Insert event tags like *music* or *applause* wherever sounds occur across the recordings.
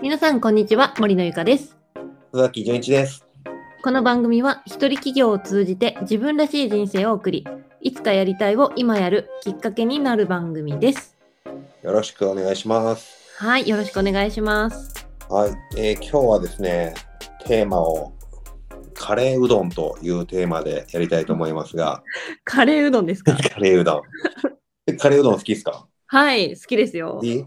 皆さん、こんにちは。森のゆかです。宇崎純一です。この番組は、一人企業を通じて自分らしい人生を送り、いつかやりたいを今やるきっかけになる番組です。よろしくお願いします。はい、よろしくお願いします。はい、えー今日はですね、テーマをカレーうどんというテーマでやりたいと思います *laughs* が、カレーうどんですかカレーうどん。えカレーうどん好きですか？はい、好きですよ。いい？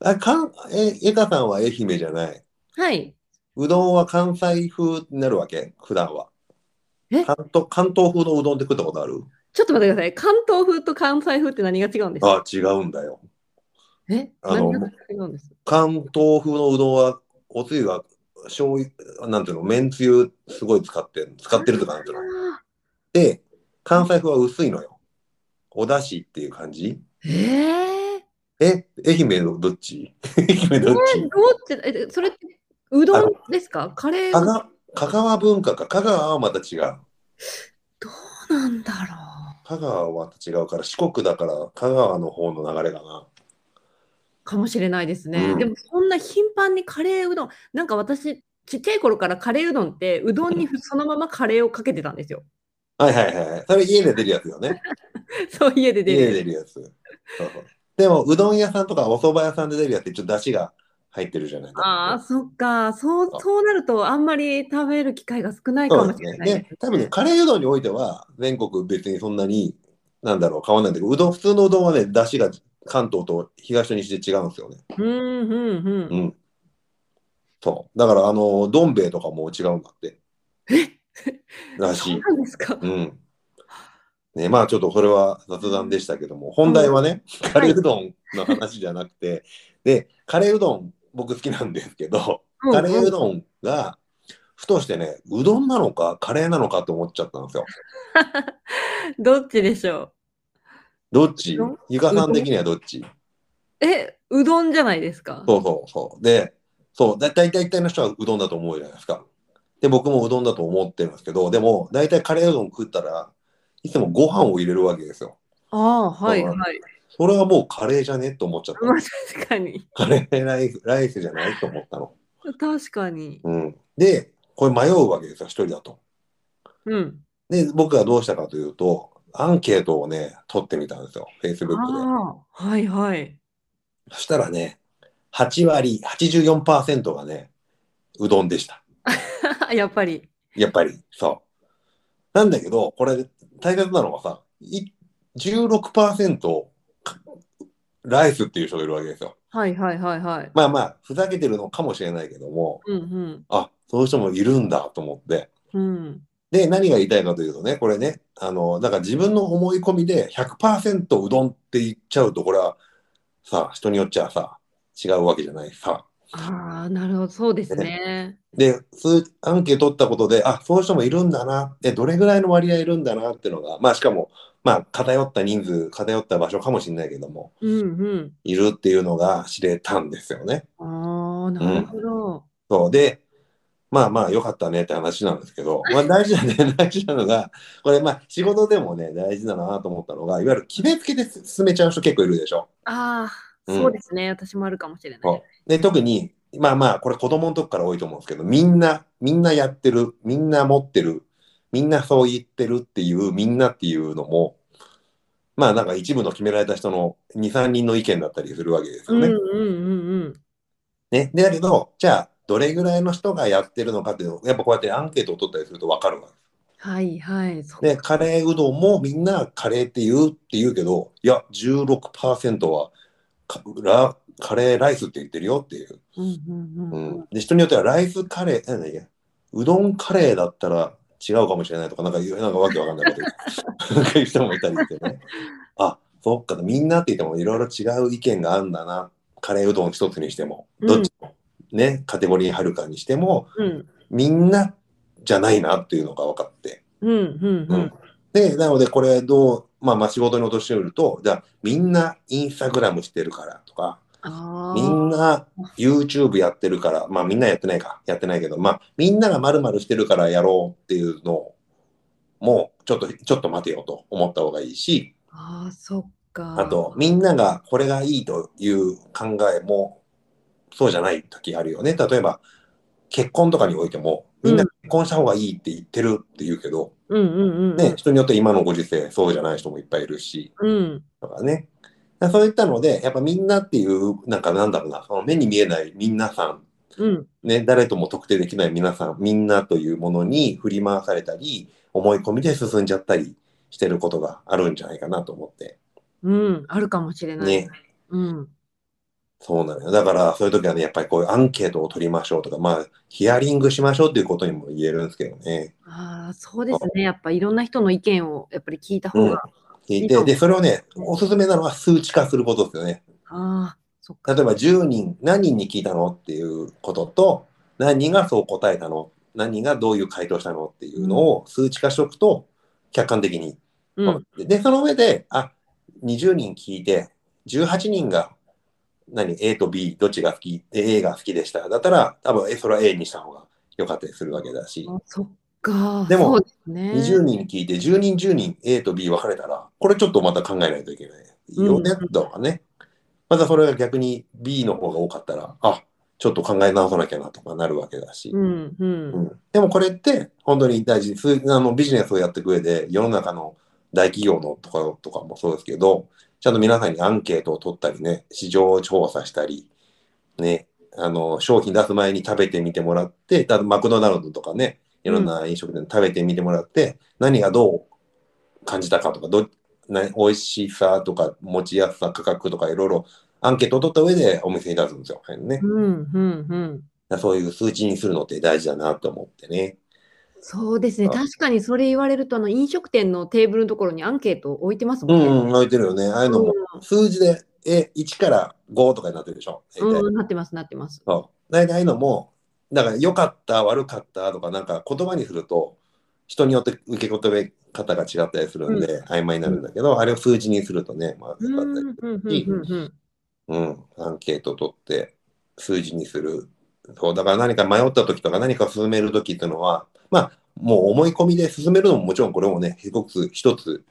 あ、かんえエカさんは愛媛じゃない。はい。うどんは関西風になるわけ？普段は。え関東関東風のうどんって食ったことある？ちょっと待ってください。関東風と関西風って何が違うんですかあ、違うんだよ。えあの何が違うんです関東風のうどんはおつゆが醤油なんていうのめんつゆすごい使って使ってるとかなんていうのあで関西風は薄いのよお出汁っていう感じーえー、え愛媛のどっち *laughs* 愛媛どっえどちうってえ、それってうどんですかカレーう香どん川香川文化か香川はまた違うなんだろう香川はまた違うから四国だから香川の方の流れかなかもしれないですね。うんでもそんな頻繁にカレーうどん、なんか私、ちっちゃい頃からカレーうどんって、うどんにそのままカレーをかけてたんですよ。 *laughs* はいはいはいそれ家で出るやつよねそう、家で出家でる。出るやつそうそうでもうどん屋さんとかお蕎麦屋さんで出るやつってちょっと出汁が入ってるじゃないああ、そっか。そう、そうなると、あんまり食べる機会が少ないかそうもでしすれね。ないですで、多分ね、カレーうどんにおいては、全国別にそんなに、なんだろう、変わんないんだけど、うどん、普通のうどんはね、出汁が関東と東と西で違うんですよね。うん、うん、う。うんん。そう。だから、あの、どん兵衛とかも違うんだって。らそしうい。なんですか。うん。ね、まあちょっとそれは雑談でしたけども、本題はね、カレーうどんの話じゃなくて、で、カレーうどん、僕好きなんですけど、カレーうどんが、ふとしてね、うどんなのかカレーなのかと思っちゃったんですよ。うんどっちでしょどっちうどんゆかさん的にはどっちう。え、うどんじゃないですか。そうそうそう。で、そう、だ大体一体の人はうどんだと思うじゃないですか。で、僕もうどんだと思ってるんですけど、でも、大体カレーうどん食ったらいつもご飯を入れるわけですよ。ああ、はい、そうはい。それはもうカレーじゃねと思っちゃっ *laughs* まあ、た。確かに。カレーライスライスじゃないと思ったの。確かに。うん。で、これ迷うわけですよ、一人だと。うん。で、僕はどうしたかというと、アンケートをね、取ってみたんですよ、Facebook で。ああ、はい、はい。 *laughs* そしたらね、8割、84%がね、うどんでした。やっぱり。やっぱり、そう。なんだけど、これ、大切なのはさ、い16%かライスっていう人がいるわけですよ。はいはいはいはい。まあまあ、ふざけてるのかもしれないけども、うんあ、そういう人もいるんだと思って。うん。うん。で、何が言いたいかというとね、これね、あの、だから自分の思い込みで100%うどんって言っちゃうと、これはさ、人によっちゃさ、違うわけじゃないさ。ああ、なるほど、そうですね。で、数アンケート取ったことで、あ、そういう人もいるんだな、で、どれぐらいの割合いるんだなっていうのが、まあ、しかも、まあ、偏った人数、偏った場所かもしれないけども、 *laughs* うんいるっていうのが知れたんですよね。うん。ああ、なるほど。そう。で、まあまあ、よかったねって話なんですけど、まあ、大事なね、 *laughs* 大事なのが、これ、まあ、仕事でもね、大事だなと思ったのが、いわゆる決めつけで進めちゃう人結構いるでしょ。ああ、うんそうですね。私もあるかもしれない。そうで、特に、まあまあ、これ子供の時から多いと思うんですけど、みんな、みんなやってる、みんな持ってる、みんなそう言ってるっていう、みんなっていうのも、まあなんか一部の決められた人の2、3人の意見だったりするわけですうよんうね。んうんうん。ねで、だけど、じゃあ、どれぐらいの人がやってるのかっていうのを、やっぱこうやってアンケートを取ったりすると分かるわけはいはい。そで、カレーうどんもみんなカレーって言うって言うけど、いや、16%はカラカレーライスって言ってるよっていう。うんうんうんうん。で人によってはライスカレー、なんだっけ、うどんカレーだったら違うかもしれないとか、なんか言う、なんかわけわかんないこと言う *laughs* なんか言う人もいたりしてね。あ、そっか、みんなって言ってもいろいろ違う意見があるんだな。カレーうどん一つにしても、どっちも、ね、カテゴリーはるかにしても、うんみんなじゃないなっていうのが分かって。うんうんうん。で、なのでこれどう、まあまあ仕事に落とし寄ると、じゃあみんなインスタグラムしてるからとか、あみんあ。な YouTube やってるから、まあみんなやってないか、やってないけど、まあみんながまるまるしてるからやろうっていうのをもうちょっと、ちょっと待てよと思った方がいいし、ああ、そっか。あとみんながこれがいいという考えもそうじゃない時あるよね。例えば、結婚とかにおいても、みんなうん結婚した方がいいって言ってるって言うけど、うんうんうん。ね、人によって今のご時世、そうじゃない人もいっぱいいるし、うん。とかね。だからそういったので、やっぱみんなっていう、なんかなんだろうな、その目に見えないみんなさん、うん。ね、誰とも特定できない皆さん、みんなというものに振り回されたり、思い込みで進んじゃったりしてることがあるんじゃないかなと思って。うん。あるかもしれない。ね。うん。そうなのよ。だから、そういう時はね、やっぱりこういうアンケートを取りましょうとか、まあ、ヒアリングしましょうっていうことにも言えるんですけどね。ああ、そうですね。やっぱいろんな人の意見をやっぱり聞いた方が。聞いいいとて、思うで、それをね、おすすめなのは数値化することですよね。ああ、そっか。例えば10人、何人に聞いたのっていうことと、何人がそう答えたの何人がどういう回答したのっていうのを数値化しておくと、客観的にうわかん。ってで、その上で、あ、20人聞いて、18人が、何、A と B、どっちが好き、A が好きでした。だったら、多分、えそれは A にした方が良かったりするわけだし、あそっか。でそもうですね。 20人聞いて、10人、10人、A と B 分かれたら、これちょっとまた考えないといけないよねうんうん、とかね。またそれが逆に B の方が多かったら、あ、ちょっと考え直さなきゃなとかなるわけだし。うん。うん。うんでもこれって本当に大事すあのビジネスをやっていく上で世の中の大企業のとかとかもそうですけどちゃんと皆さんにアンケートを取ったりね市場調査したりねあの商品出す前に食べてみてもらってだマクドナルドとかねいろんな飲食店で食べてみてもらって、何がどう感じたかとかどな美味しさとか持ちやすさ価格とかいろいろアンケートを取った上でお店に出すんですよ、ね、だかうんうんうん。らそういう数値にするのって大事だなと思ってね。そうですね。あ確かにそれ言われると、あの飲食店のテーブルのところにアンケートを置いてますうもんね。んうん、置いてるよね。ああいうのも、数字で、え、1から5とかになってるでしょ。大体うん、なってます、なってます。そう。大体ああいうのも、だから、良かった、悪かったとか、なんか言葉にすると、人によって受け止め方が違ったりするんで、曖昧になるんだけど、あれを数字にするとね、まあ、う良ん、かうったんり、、うん、いいうん。うん、アンケート取って、数字にする。そう、だから何か迷った時とか、何か進める時っていうのは、まあ、もう思い込みで進めるのももちろんこれもね、すごく一つ、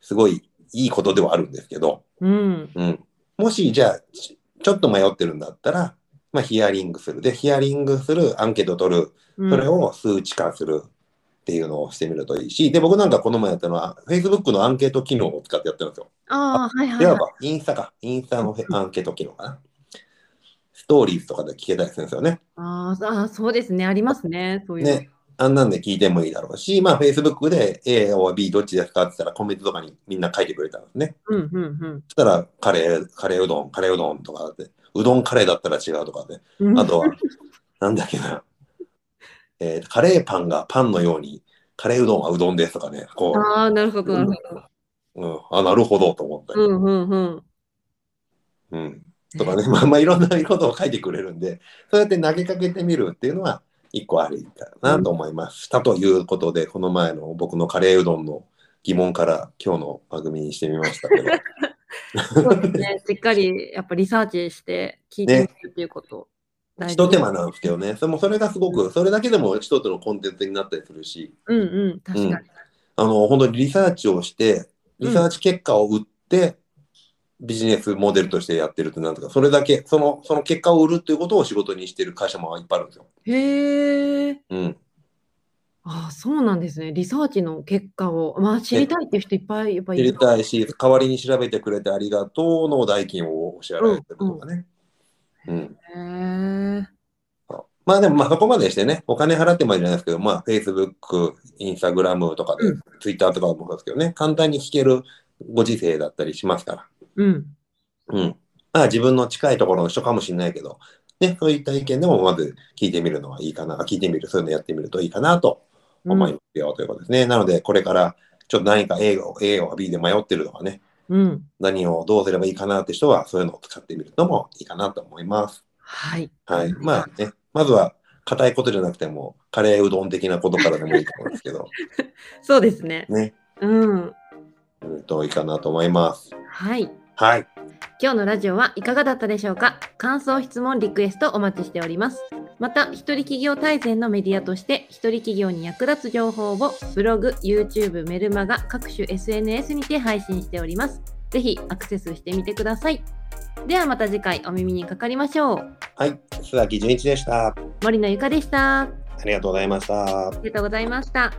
すごいいいことではあるんですけど、うん、うん、もしじゃあちちょっと迷ってるんだったら、まあ、ヒアリングするでヒアリングするアンケート取るうん。それを数値化するっていうのをしてみるといいし、で僕なんかこの前やったのは Facebook のアンケート機能を使ってやってるんですよああ、はいはいいわはい。ばインスタかインスタのフェアンケート機能かなストーリーズとかで聞けたりするんですよねあーあー、そうですね。ありますね。そういうの。ねあんなんで聞いてもいいだろうし、まあ、Facebook で A or B どっちですかって言ったらコメントとかにみんな書いてくれたんですねうん、うん、そしたらカレーカレーうどんカレーうどんとかってうどんカレーだったら違うとかねうん。 *laughs* あとは、なんだっけな、えーカレーパンがパンのように、カレーうどんはうどんですとかね、こああ、なるほう、ど、うなるんほうん、あ、なるほどと思ったり、ど。うん、うん、うん。うん、とかね、 *laughs* まあまあいろんなことを書いてくれるんで、そうやって投げかけてみるっていうのは、一個ありかなと思いました。ということで、この前の僕のカレーうどんの疑問から今日の番組にしてみました *laughs* けど、そうですね。しっかり、やっぱリサーチして聞いてみるっていうこと。大事ひと手間なんですけどね、それもそれがすごく、それだけでも一つのコンテンツになったりするし、うん、うん、確かに。あの、本当にリサーチをして、リサーチ結果を売って、ビジネスモデルとしてやってるってなんとか、それだけ、その、その結果を売るっていうことを仕事にしてる会社もいっぱいあるんですよ。へえ。うん。ああ、そうなんですね。リサーチの結果を、まあ、知りたいっていう人いっぱいやっぱい知るり。たいし、代わりに調べてくれてありがとうの代金をお支払いするとかね。うん。へえ。まあでもまあそこまでしてね、お金払ってまでじゃないですけど、まあ Facebook、Instagram とかでう、 Twitter とかもそうですけどね、簡単に聞けるご時世だったりしますから。うん。うん。まあ自分の近いところの人かもしれないけど、ね、そういった意見でもまず聞いてみるのはいいかな、聞いてみる、そういうのやってみるといいかなと思いますよ、ということですね。なので、これからちょっと何か A を A を B で迷ってるとかね、うん。何をどうすればいいかなって人は、そういうのを使ってみるのもいいかなと思います。はい。はい。まあね、まずは硬いことじゃなくても、カレーうどん的なことからでもいいと思うんですけど、そうですね。ね、うん。うんといいかなと思います。はい。はい。今日のラジオはいかがだったでしょうか感想、質問、リクエストお待ちしております。また、一人企業大全のメディアとして、一人企業に役立つ情報をブログ、YouTube、メルマガ、各種 SNS にて配信しております。ぜひアクセスしてみてください。ではまた次回お耳にかかりましょう。はい、須崎純一でした。森のゆかでした。あありがとうございました。りがとうございました。